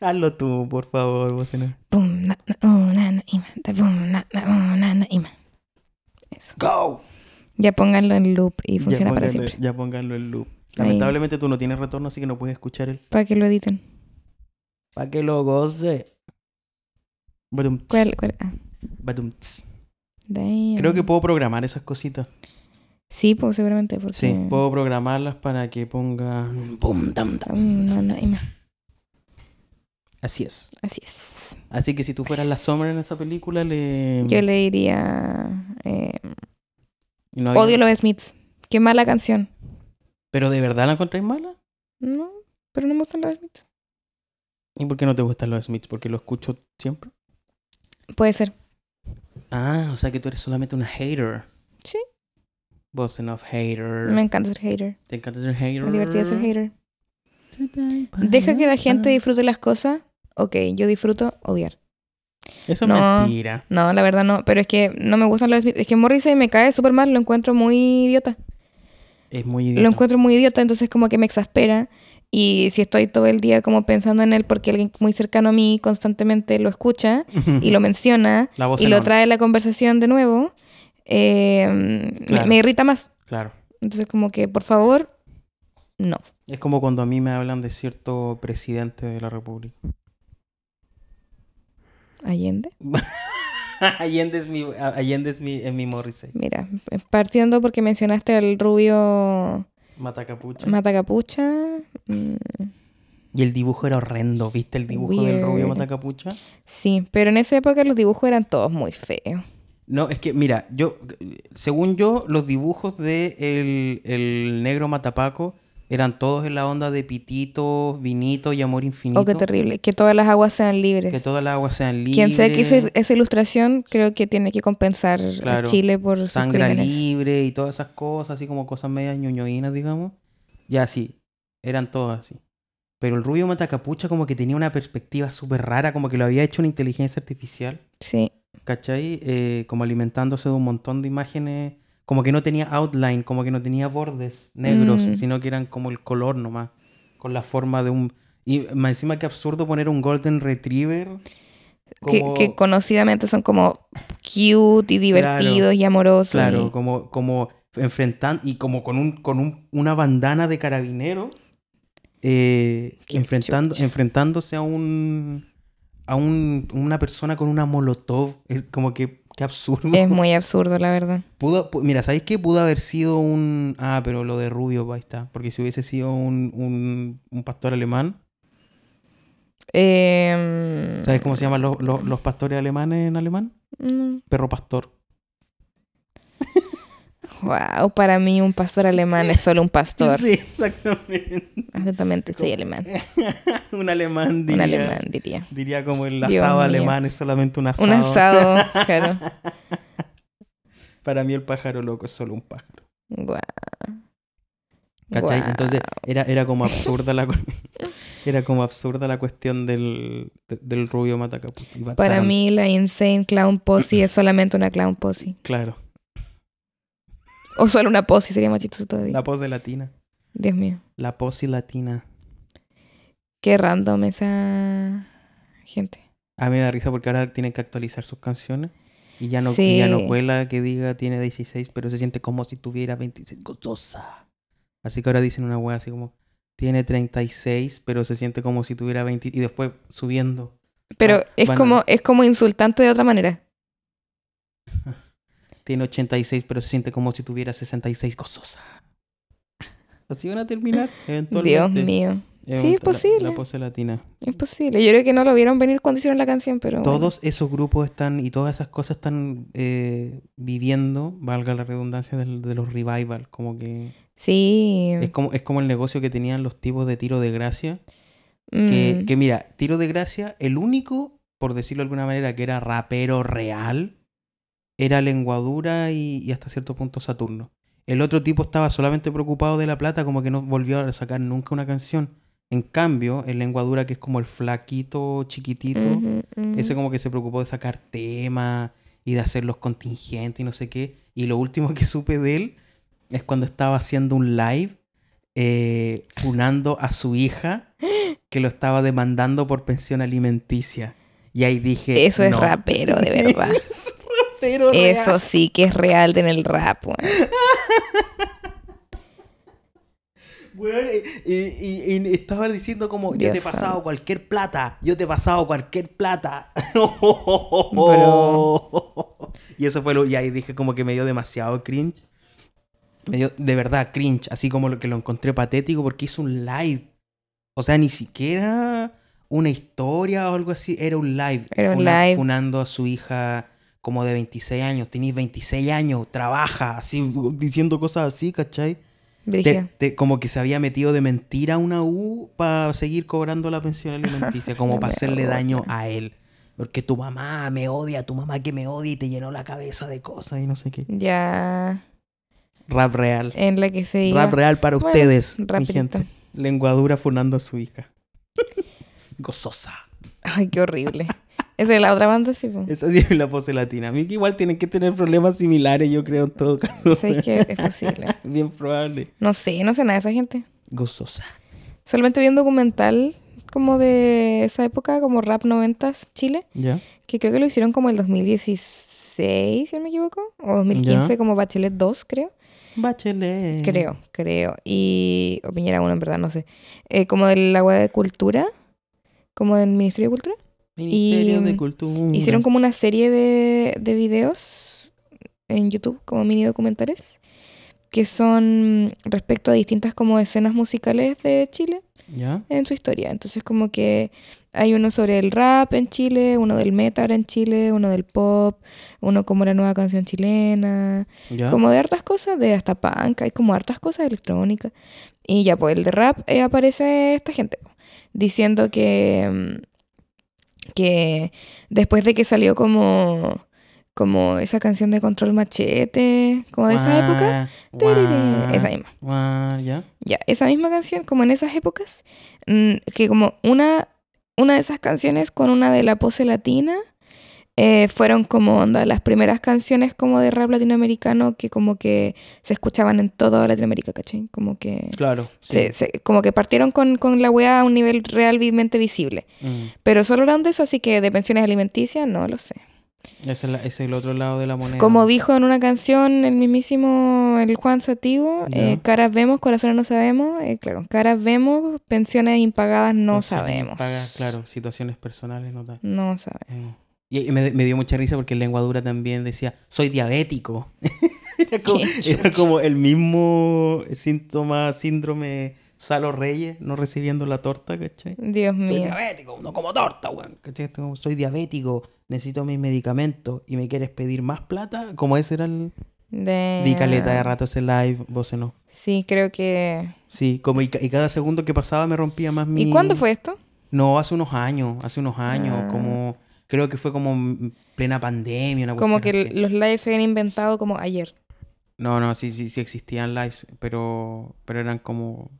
S1: Hazlo tú, por favor, vocena.
S2: Boom, na, na, oh, na, na, ima, da, boom, na, na, oh, na, na, ima. Eso.
S1: ¡Go!
S2: Ya pónganlo en loop y
S1: Ya
S2: funciona para
S1: pónganlo-
S2: siempre.
S1: Ya pónganlo en loop.
S2: Ahí.
S1: Lamentablemente tú no tienes retorno, así que no puedes escuchar el.
S2: Para que lo editen.
S1: Para que lo goce. Badum, tss,
S2: ¿Cuál? cuál? Ah,
S1: badum, tss.
S2: damn.
S1: Creo que puedo programar esas cositas.
S2: Sí, pues seguramente. Porque...
S1: Sí, puedo programarlas para que pongan. Pum, dam, dam.
S2: Boom, na, na, ima.
S1: Así es.
S2: Así es.
S1: Así que si tú fueras la sombra en esa película, le.
S2: Yo le diría. eh,
S1: no había-
S2: odio los Smiths. Qué mala canción.
S1: ¿Pero de verdad la encontráis mala?
S2: No, pero no me gustan los Smiths.
S1: ¿Y por qué no te gustan los Smiths? ¿Porque lo escucho siempre?
S2: Puede ser.
S1: Ah, o sea que tú eres solamente una hater.
S2: Sí.
S1: Vos of hater.
S2: Me encanta ser hater.
S1: ¿Te encanta ser hater?
S2: Es divertido ser hater. Deja que la gente disfrute las cosas. Ok, yo disfruto odiar.
S1: Eso es
S2: No.
S1: mentira.
S2: No, la verdad no. Pero es que no me gustan los Smiths. Es que Morrissey me cae súper mal. Lo encuentro muy idiota.
S1: Es muy idiota.
S2: Lo encuentro muy idiota. Entonces como que me exaspera. Y si estoy todo el día como pensando en él porque alguien muy cercano a mí constantemente lo escucha y lo menciona,
S1: La voz
S2: y
S1: en
S2: lo
S1: on,
S2: trae a la conversación de nuevo, eh, me-
S1: Claro.
S2: me irrita más.
S1: Claro.
S2: Entonces, como que, por favor, no.
S1: Es como cuando a mí me hablan de cierto presidente de la República.
S2: Allende.
S1: Allende es mi, Allende es mi, es mi Morrissey.
S2: Mira, eh, partiendo porque mencionaste al rubio
S1: Matacapucha.
S2: Matacapucha. mm,
S1: y el dibujo era horrendo. ¿Viste el dibujo del rubio
S2: Weird.
S1: Matacapucha?
S2: Sí, pero en esa época los dibujos eran todos muy feos.
S1: No, es que, mira, yo, según yo, los dibujos de el, el negro Matapaco eran todos en la onda de Pitito, Vinito y Amor Infinito.
S2: Oh, qué terrible. Que todas las aguas sean
S1: Que
S2: libres.
S1: todas las aguas sean libres.
S2: Quien sea que hizo esa ilustración, creo que tiene que compensar
S1: Claro.
S2: a Chile por sus
S1: Sangra
S2: crímenes.
S1: libre y todas esas cosas, así como cosas medias ñoñoínas, digamos. Ya sí, eran todas así. Pero el rubio Matacapucha como que tenía una perspectiva súper rara, como que lo había hecho una inteligencia artificial.
S2: Sí,
S1: ¿cachai? Eh, como alimentándose de un montón de imágenes, como que no tenía outline, como que no tenía bordes negros,
S2: Mm.
S1: sino que eran como el color nomás, con la forma de un... Y más encima que absurdo poner un golden retriever.
S2: que,
S1: como-
S2: que conocidamente son como cute y divertidos y amorosos.
S1: Claro,
S2: y-
S1: como, como enfrentando, y como con, un, con un- una bandana de carabinero, eh,
S2: Qué
S1: enfrentando,
S2: chucha.
S1: enfrentándose a un... A un- una persona con una molotov. Es como que... Qué absurdo.
S2: Es muy absurdo, la verdad.
S1: Pudo, pu- mira, ¿sabéis qué? Pudo haber sido un... Ah, pero lo de Rubio, ahí está. Porque si hubiese sido un, un, un pastor alemán...
S2: Eh,
S1: ¿Sabes cómo se llaman los, los- los pastores alemanes en alemán?
S2: mm,
S1: Perro pastor.
S2: Wow, para mí un pastor alemán es solo un pastor.
S1: Sí, exactamente.
S2: Exactamente, soy alemán.
S1: un alemán diría...
S2: Un alemán, diría.
S1: Diría como el
S2: Dios
S1: asado
S2: mío.
S1: alemán es solamente un asado.
S2: Un asado, claro.
S1: Para mí el pájaro loco es solo un pájaro.
S2: Guau.
S1: ¿Cachai?
S2: Guau.
S1: Entonces era, era como absurda la... cu- era como absurda la cuestión del, de- del Rubio Matacaputi.
S2: Para mí la insane clown posse es solamente una clown posse.
S1: Claro.
S2: O solo una posse, sería más chistoso todavía.
S1: La pose latina.
S2: Dios mío.
S1: La posi latina.
S2: Qué random esa gente.
S1: A mí me da risa porque ahora tienen que actualizar sus canciones. Y ya no, y ya
S2: Sí.
S1: no cuela que diga tiene 16, pero se siente como si tuviera 26. Gozosa. Así que ahora dicen una wea así como tiene 36, pero se siente como si tuviera 20. Y después subiendo.
S2: Pero
S1: Van-
S2: es
S1: van a
S2: como
S1: ver.
S2: es como insultante de otra manera.
S1: Tiene 86, pero se siente como si tuviera 66. Gozosa. Así van a terminar eventualmente.
S2: Dios mío. Sí, es
S1: Evento- la- La
S2: posible.
S1: pose latina.
S2: Es posible. Yo creo que no lo vieron venir cuando hicieron la canción, pero bueno.
S1: Todos esos grupos están y todas esas cosas están eh, viviendo, valga la redundancia, del- de los revival. Como que
S2: Sí.
S1: es como, es como el negocio que tenían los tipos de tiro de gracia. Que,
S2: Mm.
S1: que mira, tiro de gracia, el único, por decirlo de alguna manera, que era rapero real, era Lenguadura y, y hasta cierto punto Saturno. El otro tipo estaba solamente preocupado de la plata, como que no volvió a sacar nunca una canción. En cambio, el Lenguadura, que es como el flaquito, chiquitito,
S2: Ujú, mm. ujú.
S1: ese como que se preocupó de sacar temas y de hacer los contingentes y no sé qué. Y lo último que supe de él es cuando estaba haciendo un live eh, funando a su hija que lo estaba demandando por pensión alimenticia. Y ahí dije...
S2: Eso es
S1: "No".
S2: rapero, de verdad.
S1: Pero real.
S2: Eso sí que es real en el rap, weón.
S1: Weón, y, y- y- y estaba diciendo como, yo te he
S2: Dios
S1: pasado
S2: santo.
S1: cualquier plata, yo te he pasado cualquier plata.
S2: Bro.
S1: Y eso fue lo, y ahí dije como que me dio demasiado cringe. Me dio de verdad cringe, así como lo que lo encontré patético porque hizo un live. O sea, ni siquiera una historia o algo así, era un live.
S2: Era un
S1: Funa-
S2: live.
S1: Funando a su hija como de 26 años, tenés 26 años, trabaja, así, diciendo cosas así, ¿cachai? Te-
S2: Brígido.
S1: te- como que se había metido de mentira a una U para seguir cobrando la pensión alimenticia, como
S2: La
S1: para hacerle
S2: verdad.
S1: daño a él. Porque tu mamá me odia, tu mamá que me odia y te llenó la cabeza de cosas y no sé qué.
S2: Ya.
S1: Rap real.
S2: En la que se iba.
S1: Rap real para
S2: Bueno,
S1: ustedes, mi
S2: rapidito.
S1: gente. Lenguadura funando a su hija. Gozosa.
S2: Ay, qué horrible. Esa es la otra banda, sí, po.
S1: Esa sí es la pose latina. A mí que igual tienen que tener problemas similares, yo creo, en todo caso.
S2: ¿Sabes qué? Es posible.
S1: Bien probable.
S2: No sé, no sé nada de esa gente.
S1: Gozosa.
S2: Solamente vi un documental como de esa época, como Rap 90s Chile,
S1: ¿Ya?
S2: que creo que lo hicieron como el 2016, si no me equivoco, o 2015,
S1: Ya.
S2: como Bachelet 2, creo.
S1: Bachelet.
S2: Creo, creo. Y, o Piñera 1, en verdad, no sé. Eh, como del agua de cultura, como del Ministerio de Cultura.
S1: Ministerio
S2: Y,
S1: de
S2: mm,
S1: Cultura.
S2: Hicieron como una serie de, de videos en YouTube, como mini documentales, que son respecto a distintas como escenas musicales de Chile
S1: ¿Ya?
S2: en su historia. Entonces como que hay uno sobre el rap en Chile, uno del metal en Chile, uno del pop, uno como la nueva canción chilena,
S1: ¿Ya?
S2: como de hartas cosas, de hasta punk, hay como hartas cosas electrónicas. Y ya, pues el de rap eh, aparece esta gente po, diciendo que, mm, que después de que salió como, como esa canción de Control Machete, como de esa época,
S1: Guau,
S2: tarará, esa
S1: guau,
S2: misma.
S1: guau, ¿Ya?
S2: Ya, esa misma canción, como en esas épocas, mm, que como una, una de esas canciones con una de la pose latina, eh, fueron como onda, las primeras canciones como de rap latinoamericano que como que se escuchaban en toda Latinoamérica, ¿cachai? Como que,
S1: Claro. Sí.
S2: se- se- como que partieron con, con la weá a un nivel realmente visible.
S1: Mm,
S2: Pero solo eran de eso, así que de pensiones alimenticias, no lo sé.
S1: Ese, es la- ese es el otro lado de la moneda.
S2: Como dijo en una canción el mismísimo el Juan Sativo,
S1: Ya.
S2: eh, caras vemos, corazones no sabemos. Eh, claro, caras vemos, pensiones impagadas no
S1: Pensiones
S2: sabemos.
S1: pagas, claro, situaciones personales no tan-
S2: No sabemos.
S1: eh. Y y me, me dio mucha risa porque lengua dura también decía, soy diabético. era, como,
S2: Qué
S1: era
S2: chucha.
S1: como el mismo síntoma, síndrome Salo Reyes, no recibiendo la torta, ¿cachai?
S2: Dios
S1: Soy
S2: mío.
S1: diabético, no como torta, weón. ¿Cachai? Esto como, Soy diabético, necesito mis medicamentos y me quieres pedir más plata. Como ese era el.
S2: Eh,
S1: Vi caleta de
S2: Damn.
S1: rato ese live, vos no.
S2: Sí, creo que.
S1: Sí, como y, ca- y cada segundo que pasaba me rompía más mi.
S2: ¿Y cuándo fue esto?
S1: No, hace unos años, hace unos años,
S2: Ah.
S1: como. Creo que fue como en plena pandemia, una
S2: Como que
S1: cuestión así.
S2: los lives se habían inventado como ayer.
S1: No, no, sí, sí, sí existían lives, pero. Pero eran como.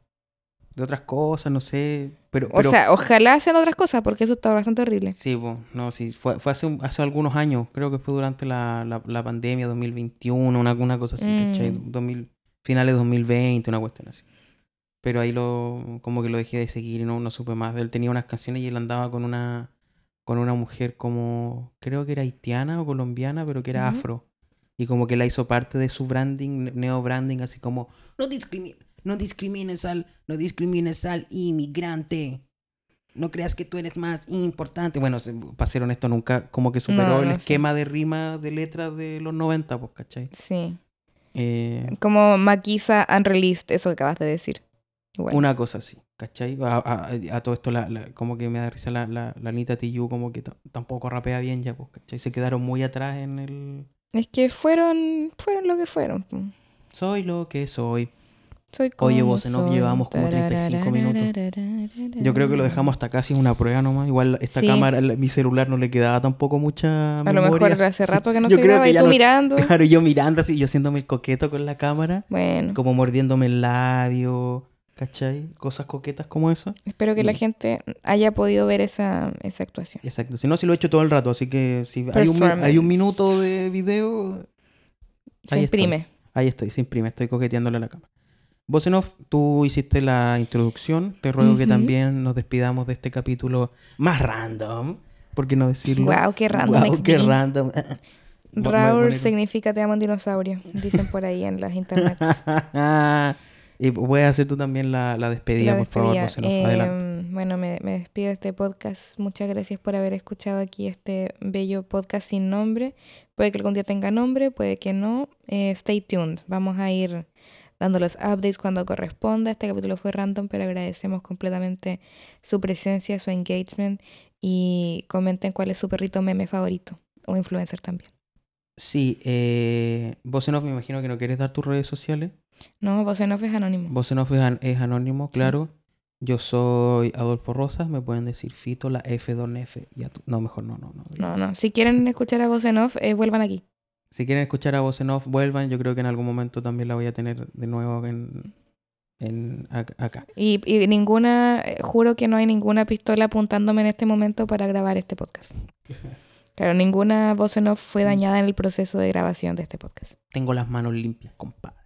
S1: De otras cosas, no sé. Pero,
S2: O
S1: pero
S2: sea, ojalá sean otras cosas, porque eso está bastante horrible.
S1: Sí, po, no, sí, fue, fue hace, un- hace algunos años, creo que fue durante la, la, la pandemia 2021, una, una cosa así, ¿cachai?
S2: Mm.
S1: 2000, finales de 2020, una cuestión así. Pero ahí lo, como que lo dejé de seguir y no, no supe más. de Él tenía unas canciones y él andaba con una, con una mujer como, creo que era haitiana o colombiana, pero que era
S2: Ujú.
S1: afro. Y como que la hizo parte de su branding, neo-branding, así como, no, discrimi- no discrimines al, no discrimines al inmigrante. No creas que tú eres más importante. Bueno, se- para ser honesto, nunca como que superó
S2: No,
S1: el
S2: no sé.
S1: esquema de rima de letras de los 90, pues, ¿cachai?
S2: Sí.
S1: Eh,
S2: Como Maquisa Unreleased, eso que acabas de decir. Igual.
S1: Una cosa así, ¿cachai? A, a- a todo esto, la, la- como que me da risa la, la, la Anita Tijoux, como que ta- tampoco rapea bien ya, pues, ¿cachai? Se quedaron muy atrás en el
S2: Es que fueron, fueron lo que fueron. po.
S1: soy lo que soy.
S2: Soy como
S1: Oye, vos, nos
S2: soy.
S1: llevamos como 35 minutos. Yo creo que lo dejamos hasta casi una prueba nomás. Igual esta
S2: Em. Sí.
S1: cámara, la- mi celular no le quedaba tampoco
S2: A
S1: mucha
S2: lo
S1: memoria.
S2: mejor hace
S1: Sí.
S2: rato que no
S1: Yo
S2: se
S1: creo
S2: graba
S1: que
S2: y
S1: ya
S2: tú
S1: no-
S2: mirando.
S1: Claro, y yo mirando así, yo siéndome el coqueto con la cámara,
S2: Bueno,
S1: como mordiéndome el labio, ¿cachai? Cosas coquetas como esas.
S2: espero que la
S1: Mm.
S2: gente haya podido ver esa, esa actuación.
S1: Exacto. Si no, si lo he hecho todo el rato, así que si hay un, mi- hay
S2: Performance.
S1: un minuto de video,
S2: Se
S1: Ahí estoy.
S2: imprime.
S1: ahí estoy, se imprime, estoy coqueteándole a la cámara. Vos en off, tú hiciste la introducción, te ruego que
S2: Ujú.
S1: también nos despidamos de este capítulo más random, ¿por qué no decirlo?
S2: Wow, qué random.
S1: Guau,
S2: XD.
S1: qué random. Bo-
S2: Raúl
S1: muy
S2: significa te amo un dinosaurio, dicen por ahí en las internets.
S1: bonito. y voy a hacer tú también la, la despedida,
S2: La
S1: por favor,
S2: despedida.
S1: Vos en off, adelante.
S2: Em, bueno, me, me despido de este podcast. Muchas gracias por haber escuchado aquí este bello podcast sin nombre. Puede que algún día tenga nombre, puede que no. Eh, stay tuned. Vamos a ir dando los updates cuando corresponda. Este capítulo fue random, pero agradecemos completamente su presencia, su engagement y comenten cuál es su perrito meme favorito o influencer también.
S1: Sí, eh, Vos en off, me imagino que no quieres dar tus redes sociales.
S2: No, vos no es anónimo.
S1: Vos en off es, an- es anónimo,
S2: Sí.
S1: claro. Yo soy Adolfo Rosas, me pueden decir Fito, la F, Don F. y a tu- No, mejor no, no, no.
S2: No, no. Si quieren escuchar a voz en off, eh, vuelvan aquí.
S1: Si quieren escuchar a Voz en Off, vuelvan. Yo creo que en algún momento también la voy a tener de nuevo en, en ac- acá.
S2: Y, y ninguna, eh, juro que no hay ninguna pistola apuntándome en este momento para grabar este podcast. Claro, ninguna voz en off
S1: Mm.
S2: fue dañada en el proceso de grabación de este podcast.
S1: Tengo las manos limpias, compadre.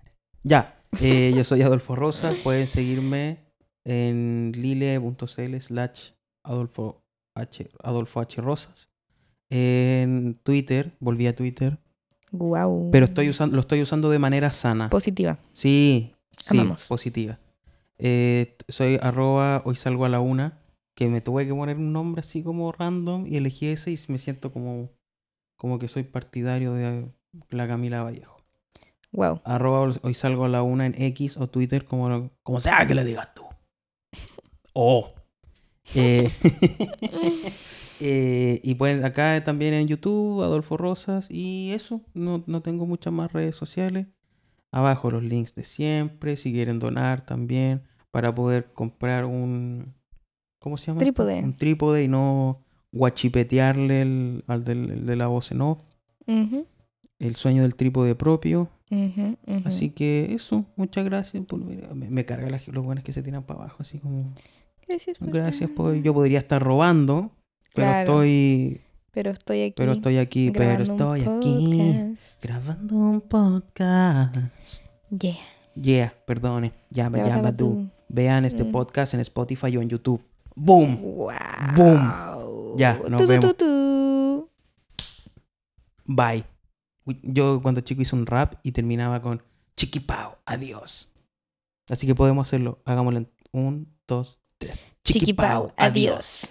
S1: Ya, eh, yo soy Adolfo Rosas. Pueden seguirme en lile.cl slash Adolfo H, Adolfo H. Rosas. En Twitter, volví a Twitter.
S2: Guau.
S1: Pero estoy usando, lo estoy usando de manera sana.
S2: Positiva.
S1: Sí, sí,
S2: Amamos.
S1: positiva. Eh, t- soy arroba hoy salgo a la una, que me tuve que poner un nombre así como random y elegí ese y s- me siento como, como que soy partidario de la Camila Vallejo.
S2: Guau.
S1: Arroba hoy- hoy salgo a la una en X o Twitter, como, como sea que le digas tú. Oh. Eh, eh, y pueden acá también en YouTube, Adolfo Rosas, y eso, no, no tengo muchas más redes sociales. Abajo los links de siempre, si quieren donar también, para poder comprar un... ¿Cómo se llama? esto?
S2: Trípode.
S1: Ah, Un trípode y no guachipetearle el- al del, el de la voz en off,
S2: Ujú,
S1: el sueño del trípode propio.
S2: ujú, ujú.
S1: Así que eso, muchas gracias por ver- Me, me carga la- los buenos que se tiran para abajo, así como...
S2: Gracias por
S1: Gracias,
S2: tanto.
S1: pues yo podría estar robando, pero
S2: Claro.
S1: estoy
S2: Pero estoy aquí.
S1: pero estoy aquí, pero
S2: grabando un
S1: estoy aquí
S2: podcast.
S1: grabando un podcast.
S2: Yeah.
S1: Yeah, perdone, llama,
S2: Graba,
S1: llama
S2: graba
S1: tú.
S2: tú.
S1: Vean este
S2: Mm.
S1: podcast en Spotify o en YouTube. ¡Boom!
S2: Wow.
S1: Mm. Ya,
S2: Tu,
S1: nos
S2: tu,
S1: vemos.
S2: tu, tu.
S1: Bye. Uy, Yo cuando chico hice un rap y terminaba con chiquipao, adiós. Así que podemos hacerlo. Hagámoslo en un, dos, tres.
S2: Chiquipao,
S1: Chiquipao, adiós.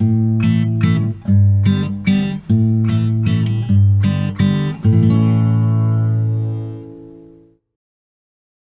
S2: adiós.